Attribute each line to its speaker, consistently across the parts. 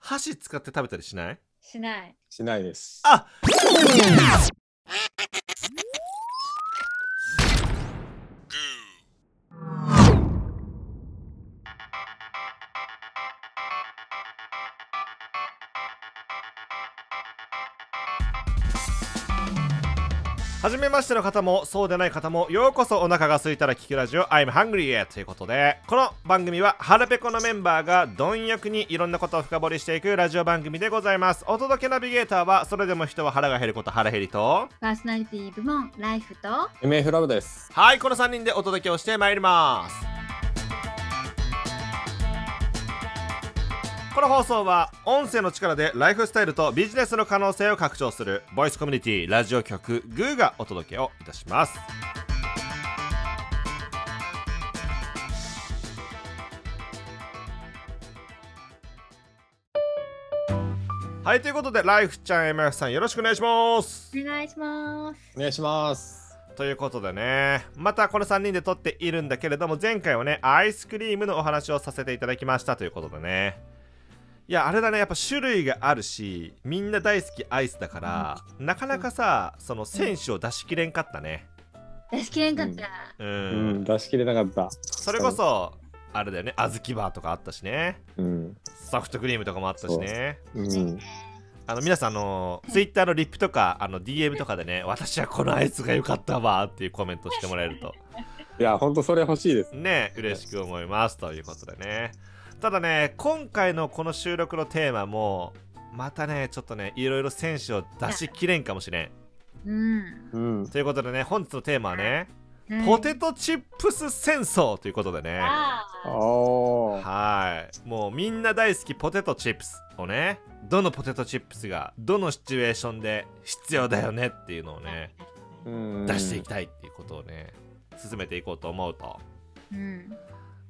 Speaker 1: 箸使って食べたりしない
Speaker 2: しない
Speaker 3: しないです。
Speaker 1: あ初めましての方もそうでない方もようこそお腹が空いたら聞くラジオ I'm hungry へということでこの番組は腹ペコのメンバーが貪欲にいろんなことを深掘りしていくラジオ番組でございますお届けナビゲーターはそれでも人は腹が減ること腹減りと
Speaker 2: パーソナリティ部門ライフと
Speaker 3: MF ラブです。
Speaker 1: はいこの3人でお届けをしてまいりますこの放送は音声の力でライフスタイルとビジネスの可能性を拡張するボイスコミュニティラジオ局 GOO がお届けをいたしますはいということでライフちゃん MF さんよろしくお願いします
Speaker 2: お願いします
Speaker 3: お願いします。
Speaker 1: ということでねまたこの3人で撮っているんだけれども前回はねアイスクリームのお話をさせていただきましたということでねいやあれだねやっぱ種類があるしみんな大好きアイスだからなかなかさその選手を出し切れんかったね
Speaker 2: 出し切れんかった、
Speaker 1: うん、
Speaker 3: うん、出し切れなかった。
Speaker 1: それこそあれだよね小豆バーとかあったしね
Speaker 3: うん。
Speaker 1: ソフトクリームとかもあったしね
Speaker 3: うん。
Speaker 1: あの皆さんあのツイッターのリップとかあの DM とかでね私はこのアイスが良かったわっていうコメントしてもらえると
Speaker 3: いや、ほんとそれ欲しいです。
Speaker 1: ね嬉しく思いますということでねただね今回のこの収録のテーマもまたねちょっとねいろいろ選手を出しきれんかもしれん
Speaker 2: うん
Speaker 3: うん。
Speaker 1: ということでね本日のテーマはね
Speaker 2: うん
Speaker 1: ポテトチップス戦争ということでね
Speaker 2: ああ
Speaker 3: おー。
Speaker 1: はいもうみんな大好きポテトチップスをねどのポテトチップスがどのシチュエーションで必要だよねっていうのをね
Speaker 3: うん
Speaker 1: 出していきたいっていうことをね進めていこうと思うと
Speaker 2: うん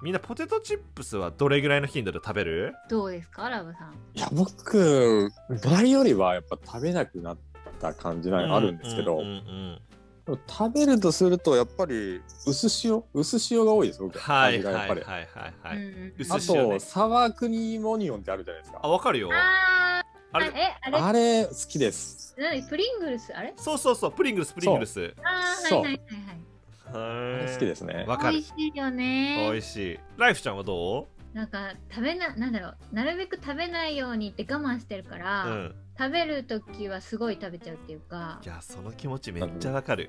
Speaker 1: みんなポテトチップスはどれぐらいの頻度で食べる
Speaker 2: どうですかラブさん
Speaker 3: いや、僕、前よりはやっぱ食べなくなった感じなんあるんですけど、
Speaker 1: ううんうん
Speaker 3: でも食べるとすると、やっぱり薄塩薄塩が多いです、僕。
Speaker 1: はい
Speaker 3: 味が
Speaker 1: は
Speaker 3: やっ
Speaker 1: い
Speaker 3: ぱ
Speaker 1: はい
Speaker 3: り。
Speaker 1: はいは
Speaker 2: う
Speaker 1: い。
Speaker 2: んうん
Speaker 1: 薄
Speaker 3: あ
Speaker 1: 寿司塩ね
Speaker 3: と、サワークリームオニオンってあるじゃないです
Speaker 1: あ、
Speaker 3: か。
Speaker 1: わかるよ。
Speaker 2: あ
Speaker 1: あ
Speaker 2: あ
Speaker 1: れ、
Speaker 2: えあれ
Speaker 3: あれ、好きです。
Speaker 2: 何プリングルスあれ
Speaker 1: そうそうそう、プリングルス、プリングルス。
Speaker 2: ああ
Speaker 3: そう
Speaker 2: はいはいはい
Speaker 3: あ
Speaker 1: は
Speaker 3: れ
Speaker 1: い
Speaker 3: 好きですね。
Speaker 1: わ
Speaker 2: は
Speaker 1: か
Speaker 2: い
Speaker 1: る
Speaker 2: 美味。しいよね
Speaker 1: 美味しい。ライフちゃんはどう
Speaker 2: なんか食べななんだろうなるべく食べないようにって我慢してるか
Speaker 1: う
Speaker 2: ら、
Speaker 1: ん。
Speaker 2: 食べる時はすごい食べちゃうっていうか
Speaker 1: いや、その気持ちめっちゃわかる。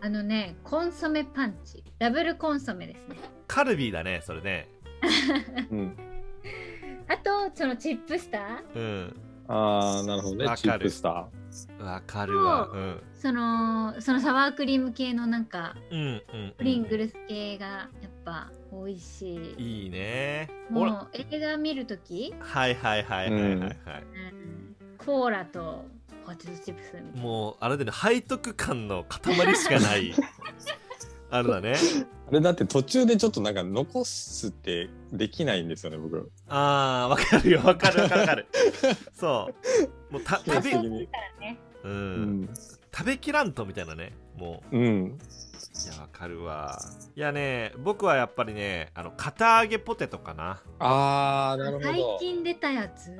Speaker 2: あのねコンソメパンチダブルコンソメですね
Speaker 1: カルビーだね、それね。
Speaker 3: うん。
Speaker 2: あとそのチップスター
Speaker 1: うん。
Speaker 3: ああ、なるほどね
Speaker 1: わ。
Speaker 3: チ
Speaker 1: か
Speaker 3: ッ
Speaker 1: る
Speaker 3: プスタ
Speaker 1: わかるわ。う
Speaker 2: そ
Speaker 1: ん。
Speaker 2: そのそのサワークリーム系のなんか
Speaker 1: うんうん。
Speaker 2: プリング
Speaker 1: ル
Speaker 2: ルス系がやっぱ美味しい、
Speaker 1: いいね。ほら。
Speaker 2: もう映画見る時、
Speaker 1: はいはいはいはいはいはい。
Speaker 2: うん、コーラとポテトチップスみたいな
Speaker 1: もう、あれでね、背徳感の塊しか ない。あれだね。
Speaker 3: ー。あれだって途中でちょっとなんか残すってできないんですよね、僕。
Speaker 1: あー、わかるよ。わかるわかるわかる。そう。もうた食べ
Speaker 3: 的、に。
Speaker 1: う。
Speaker 3: うんん。
Speaker 1: 食べきらんとみたいなねも
Speaker 3: うん。
Speaker 1: ういやわかるわいやね僕はやっぱりねあの片揚げポテトかな
Speaker 3: ああ、なるほ
Speaker 2: 最
Speaker 3: ど。
Speaker 2: 近出たやつ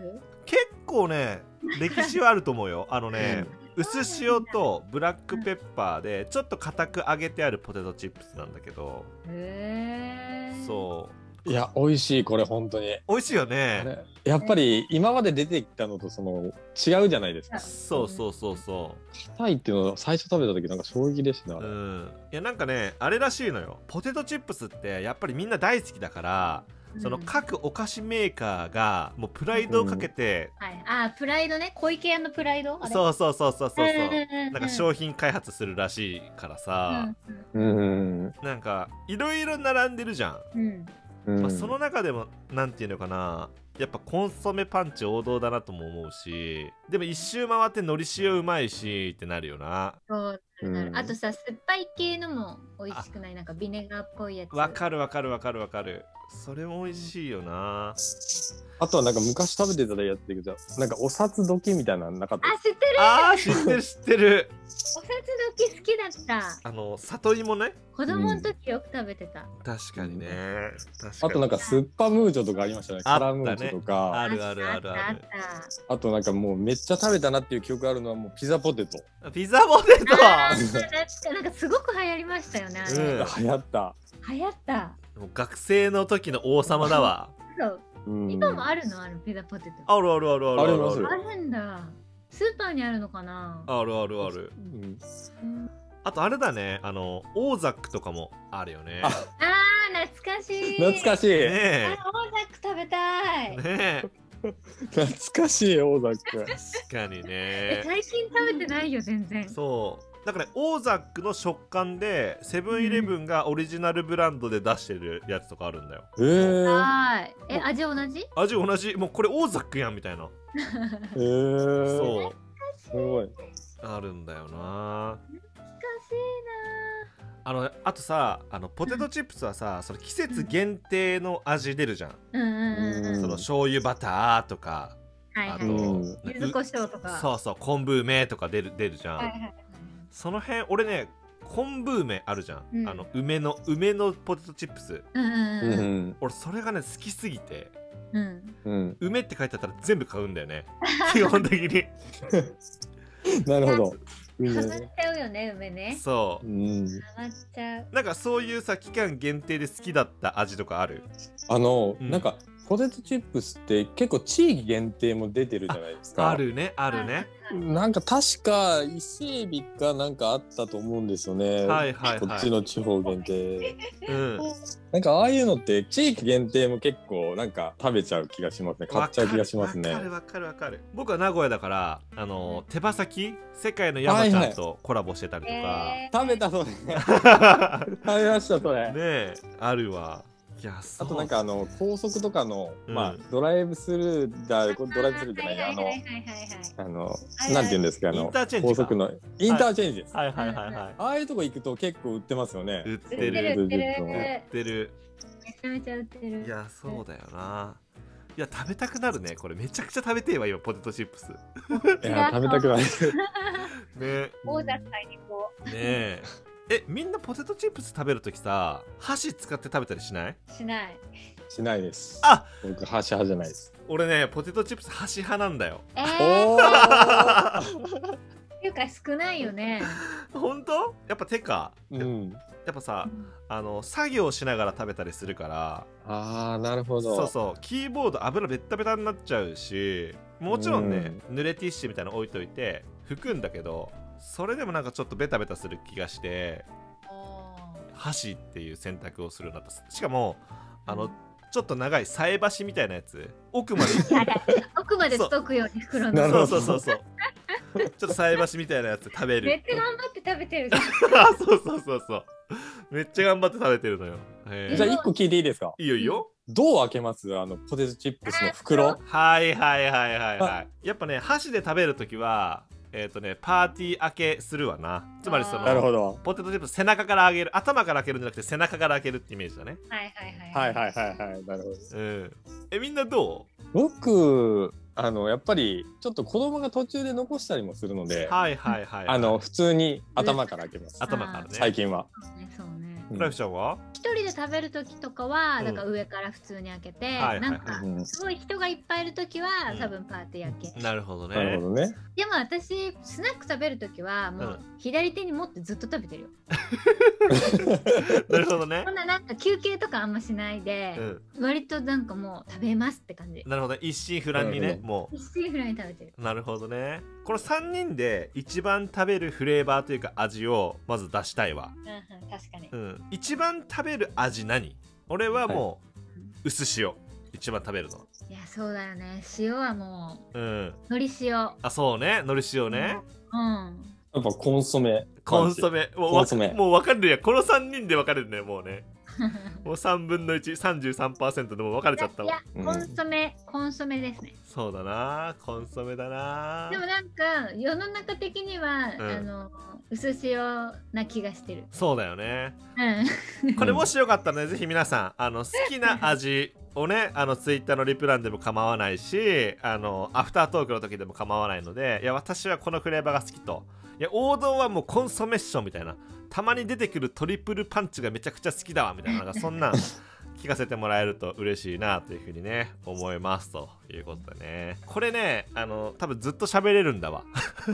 Speaker 1: 結構ね歴史はあると思うよあのね薄塩とブラックペッパーでちょっと固く揚げてあるポテトチップスなんだけど
Speaker 2: へえ
Speaker 1: そう
Speaker 3: いや、美味しい、これ本当に。
Speaker 1: 美味しいよ
Speaker 3: あ
Speaker 1: ね
Speaker 3: れやっぱり今まで出てきたのとその違うじゃないですか。
Speaker 1: そうそうそうそ
Speaker 3: 硬いっていうのを最初食べた時なんか衝撃でしたね
Speaker 1: う
Speaker 3: あ
Speaker 1: う
Speaker 3: れ。
Speaker 1: んいやなんかねあれらしいのよポテトチップスってやっぱりみんな大好きだから
Speaker 2: うん
Speaker 1: その各お菓子メーカーがもうプライドをかけて、
Speaker 2: はい、あープライドね小池屋のプライドあれ
Speaker 1: そうそうそうそうそうそう
Speaker 2: な
Speaker 1: なんか商品開発するらしいからさ、
Speaker 3: うん。
Speaker 1: なんかいろいろ並んでるじゃん、
Speaker 2: うんうん
Speaker 3: うん
Speaker 1: まあ、その中でもなんていうのかなやっぱコンソメパンチ王道だなとも思うしでも一周回ってのり塩うまいしってなるよな
Speaker 2: そうな
Speaker 3: う
Speaker 2: る
Speaker 3: ん
Speaker 2: あとさ酸っぱい系のも美味しくないなんかビネガーっぽいやつ
Speaker 1: わかるわかるわかるわかるそれも美味しいよな
Speaker 3: あとはなんか昔食べてたやつだけど、なんかお札時みたいなのなかった
Speaker 2: あ。知ってる
Speaker 1: あー知ってる知ってる
Speaker 2: お札時好きだった
Speaker 1: あの里芋ね
Speaker 2: 子供の時よく食べてた、
Speaker 1: 確かにね確か
Speaker 3: あ
Speaker 1: に
Speaker 3: となんかスッパムーチョとかありましたね。
Speaker 1: あっ
Speaker 3: カ
Speaker 1: たね
Speaker 3: ラムーチョとか、
Speaker 1: あるあるあるあ
Speaker 2: あっ
Speaker 1: る
Speaker 2: たあった
Speaker 3: あとなんかもうめっちゃ食べたなっていう記憶あるのはもうピザポテト。
Speaker 1: ピザポテト
Speaker 2: あ
Speaker 1: は
Speaker 2: ー懐かなんかすごく流行りましたよねあれ、
Speaker 1: うん
Speaker 3: 流行った。
Speaker 2: 流行った
Speaker 1: もう学生の時の王様だわ
Speaker 2: そう
Speaker 3: うん
Speaker 2: 今もあるのあのピザポテト
Speaker 1: あるあるあるあるある
Speaker 3: あり
Speaker 2: あ
Speaker 3: ま
Speaker 2: るんだスーパーにあるのかな
Speaker 1: あるあるある
Speaker 3: うん
Speaker 2: うん
Speaker 1: あとあれだねあのオーザックとかもあるよね
Speaker 3: あ
Speaker 2: あー懐かしい
Speaker 3: 懐かしい。
Speaker 2: あ
Speaker 1: ね
Speaker 2: オーザック食べた
Speaker 1: え
Speaker 2: い、
Speaker 1: ねえ
Speaker 3: 懐かしい、大崎君。
Speaker 1: 確かにね
Speaker 2: え最近食べてないよ全然
Speaker 1: そうだからねオーザックの食感でセブンイレブンがオリジナルブランドで出してるやつとかあるんだよ
Speaker 3: えー、
Speaker 2: はいえ味同じ
Speaker 1: 味同じもうこれオーザックやんみたいな
Speaker 3: えー、
Speaker 1: そう
Speaker 3: すごい。
Speaker 1: あるんだよな
Speaker 2: 懐かしい
Speaker 1: あのあとさあのポテトチップスはさ、その季節限定の味出るじゃん、
Speaker 2: なーうんうんうんうん
Speaker 1: その醤油バターとか、
Speaker 2: はいは
Speaker 1: あ
Speaker 2: い
Speaker 1: と、
Speaker 3: うん
Speaker 1: ね
Speaker 2: 柚子胡椒とか
Speaker 1: そうそう昆布梅とか出る出るじゃん、
Speaker 2: はいはいはい
Speaker 1: その辺俺ね昆布梅あるじゃん、
Speaker 2: うん
Speaker 1: あの梅の梅のポテトチップス
Speaker 2: うん
Speaker 3: う
Speaker 2: うんうん
Speaker 3: ん。
Speaker 1: 俺それがね好きすぎて
Speaker 2: うん
Speaker 3: うん。
Speaker 1: 梅って書いてあったら全部買うんだよ ね基本的に
Speaker 3: なるほど。うん
Speaker 2: ハマっちゃうよね梅ね
Speaker 1: そ
Speaker 3: うん。
Speaker 2: ハマっちゃう
Speaker 1: うなんかそういうさ期間限定で好きだった味とかある
Speaker 3: あの、
Speaker 1: うん
Speaker 3: なんかポテトチップスって結構地域限定も出てるじゃないですか。
Speaker 1: あるねあるね
Speaker 3: なんか確か伊勢海老かなんかあったと思うんですよね。
Speaker 1: はいはいはい
Speaker 3: こっちの地方限定。
Speaker 1: うん
Speaker 3: なんかああいうのって地域限定も結構なんか食べちゃう気がしますね。買っちゃう気がしますね
Speaker 1: わ。かるわかるわかる僕は名古屋だからあの手羽先世界の山ちゃんとコラボしてたりとか、
Speaker 2: えー
Speaker 3: 食べたそれ。食べましたそれ。
Speaker 1: ねえあるわいやそ
Speaker 3: あ
Speaker 1: う
Speaker 3: となんかあの高速とかの、
Speaker 1: うん
Speaker 3: まあドライブスルーだドライブスルーじゃないあ
Speaker 2: は
Speaker 3: の
Speaker 2: いはいはいはい
Speaker 3: あの
Speaker 2: い
Speaker 3: なんて言うんですかあ
Speaker 1: イン
Speaker 3: の
Speaker 1: ターチェンジか
Speaker 3: 高速のインターチェンジです。
Speaker 1: はいはいはいは
Speaker 3: ああいうとこ行くと結構売ってますよね
Speaker 1: い。売って
Speaker 2: 売って
Speaker 1: る
Speaker 2: る売ってる
Speaker 3: うん
Speaker 1: 売ってる
Speaker 2: めちゃめちゃ売ってる
Speaker 1: いやそうだよないや食べたくなるねこれめちゃくちゃ食べてえわ今ポテトチップスね
Speaker 3: いや食べたくない。
Speaker 1: え
Speaker 2: 大雑会にこ
Speaker 1: ねええみんなポテトチップス食べるときさ箸使って食べたりしないう
Speaker 2: しない
Speaker 3: しないです。
Speaker 1: あ
Speaker 3: 僕箸派じゃない です。
Speaker 1: 俺ねポテトチップス箸派なんだよ
Speaker 2: えー、
Speaker 3: お
Speaker 2: っ
Speaker 3: ー
Speaker 2: ていうか少ないよね
Speaker 1: 本当やっぱ手か、
Speaker 3: うん。
Speaker 1: やっぱさあの作業しながら食べたりするから
Speaker 3: ああなるほど。
Speaker 1: そうそうキーボード油ベッタベタになっちゃうしもちろんね、濡れティッシュみたいなの置いといて拭くんだけどそれでもなんかちょっとベタベタする気がして
Speaker 2: あ
Speaker 1: 箸っていう選択をするようになったしかもあの、
Speaker 2: うん
Speaker 1: ちょっと長い菜箸みたいなやつ奥まで
Speaker 2: ーやだ奥まで届くように袋
Speaker 3: な
Speaker 2: の
Speaker 3: る
Speaker 1: そう
Speaker 3: ほど
Speaker 1: そうそうそうちょっと菜箸みたいなやつ食べる
Speaker 2: めっちゃ頑張って食べてるじゃん
Speaker 1: あそうそうそうそう めっちゃ頑張って食べてるの よ、へえ
Speaker 3: じゃあ一個聞いていいですか。
Speaker 1: いいよいいよ
Speaker 3: どう開けますあのポテトチップスの袋。
Speaker 1: はいはいはいはいは
Speaker 3: はい
Speaker 1: やっぱね箸で食べるときはえっ、とねパーティー明けするわなつまりそ
Speaker 2: あー
Speaker 3: なる
Speaker 1: の
Speaker 3: ほど。
Speaker 1: ポテトチップス背中から開ける頭から開けるんじゃなくて背中から開けるってイメージだね
Speaker 2: はいはいは
Speaker 3: はいいはいはいはいなるほど。
Speaker 1: うんえみんなど
Speaker 3: 僕あのやっぱりちょっと子供が途中で残したりもするの
Speaker 1: う
Speaker 3: で、
Speaker 1: はいはいはい
Speaker 3: あの普通に頭から開けます。
Speaker 1: 頭からね
Speaker 3: 最近は。
Speaker 2: そうねそうね
Speaker 1: ライフちゃんは
Speaker 2: 一人で食べる時とかは
Speaker 1: うん
Speaker 2: だから上から普通に開けて、
Speaker 1: いはい
Speaker 2: なんか
Speaker 3: うん
Speaker 2: すごい人がいっぱいいる時は
Speaker 1: うん
Speaker 2: 多分パーティー開け、
Speaker 1: なるほどね
Speaker 3: なるほどね。
Speaker 2: でも私スナック食べる時はもう左手に持ってずっと食べてるよ
Speaker 1: なるほどね
Speaker 2: こんななんか休憩とかあんましないで
Speaker 1: う、ん
Speaker 2: 割となんかもう食べますって感じ
Speaker 1: なるほどね一心不乱に
Speaker 3: な
Speaker 1: ね
Speaker 3: るほ
Speaker 1: も
Speaker 2: 一心不乱に食べてる
Speaker 1: うなるほどねこの3人で一番食べるフレーバーというか味をまず出したいわ
Speaker 2: うんうん確かに
Speaker 1: うん一番食べる味何俺はもう薄塩一番食べるの
Speaker 2: いやそうだよね塩はも
Speaker 1: うん
Speaker 2: う海苔塩
Speaker 1: あそうねのり塩ね、
Speaker 2: うん
Speaker 3: やっぱコンソメ。
Speaker 1: コンソメもう
Speaker 3: コンソメ
Speaker 1: わかもう分かるやこの3人で分かれるねもうねもう3分の133%でも分かれちゃった
Speaker 2: い
Speaker 1: わ
Speaker 2: やコンソメ、コンソメですね
Speaker 1: そうだなコンソメだな
Speaker 2: でもなんか世の中的には、
Speaker 1: うん
Speaker 2: あの薄塩な気がしてる
Speaker 1: そうだよね
Speaker 2: うん
Speaker 1: これもしよかったらね、ぜひ皆さんあの好きな味をねあのツイッターのリプランでも構わないしあのアフタートークの時でも構わないのでいや私はこのフレーバーが好きといや王道はもうコンソメッションみたいなたまに出てくるトリプルパンチがめちゃくちゃ好きだわみたいな なんかそんなん聞かせてもらえると嬉しいなというふうにね思いますということでねこれねあの多分ずっと喋れるんだわ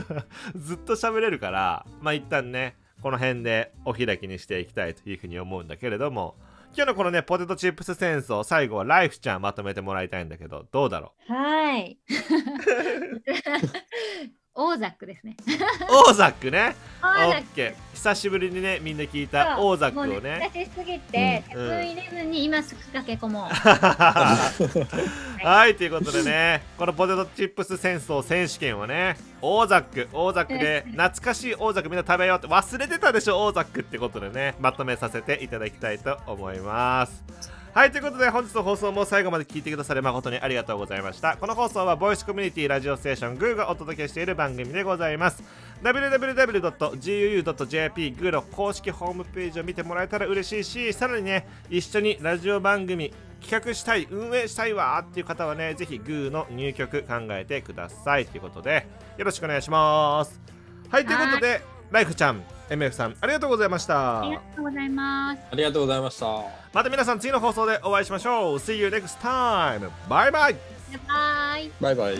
Speaker 1: ずっと喋れるからまあ一旦ねこの辺でお開きにしていきたいというふうに思うんだけれども今日のこのねポテトチップス戦争最後はライフちゃんまとめてもらいたいんだけどどうだろ
Speaker 2: はい。 オーザックですね。
Speaker 1: うオーザックね
Speaker 2: オ
Speaker 1: オ
Speaker 2: ーザッ
Speaker 1: ッケー久しぶりにねみんな聞いたオーザックを
Speaker 2: もう
Speaker 1: ね
Speaker 2: 昔すぎて、
Speaker 1: う
Speaker 2: セ
Speaker 1: ん
Speaker 2: ブンイレブンに今すぐ駆け込 もう。
Speaker 1: はい、ということでね、このポテトチップス戦争選手権はね、オーザック、オーザックで、懐かしいオーザックみんな食べようって、忘れてたでしょ、オーザックってことでね、まとめさせていただきたいと思います。はい、ということで本日の放送も最後まで聞いてくださり誠にありがとうございました。この放送はボイスコミュニティラジオステーション GOO がお届けしている番組でございます。www.guu.jp グーの公式ホームページを見てもらえたら嬉しいしさらにね一緒にラジオ番組企画したい運営したいわーっていう方はねぜひグーの入局考えてくださいということでよろしくお願いしますはいということでライフちゃん MF さんありがとうございまし
Speaker 2: あ
Speaker 1: た
Speaker 2: りがとうございます。
Speaker 3: ありがとうございました。
Speaker 1: また皆さん次の放送でお会いしましょう See you next time! バイバイ
Speaker 2: バイバイ。
Speaker 3: バイバイ。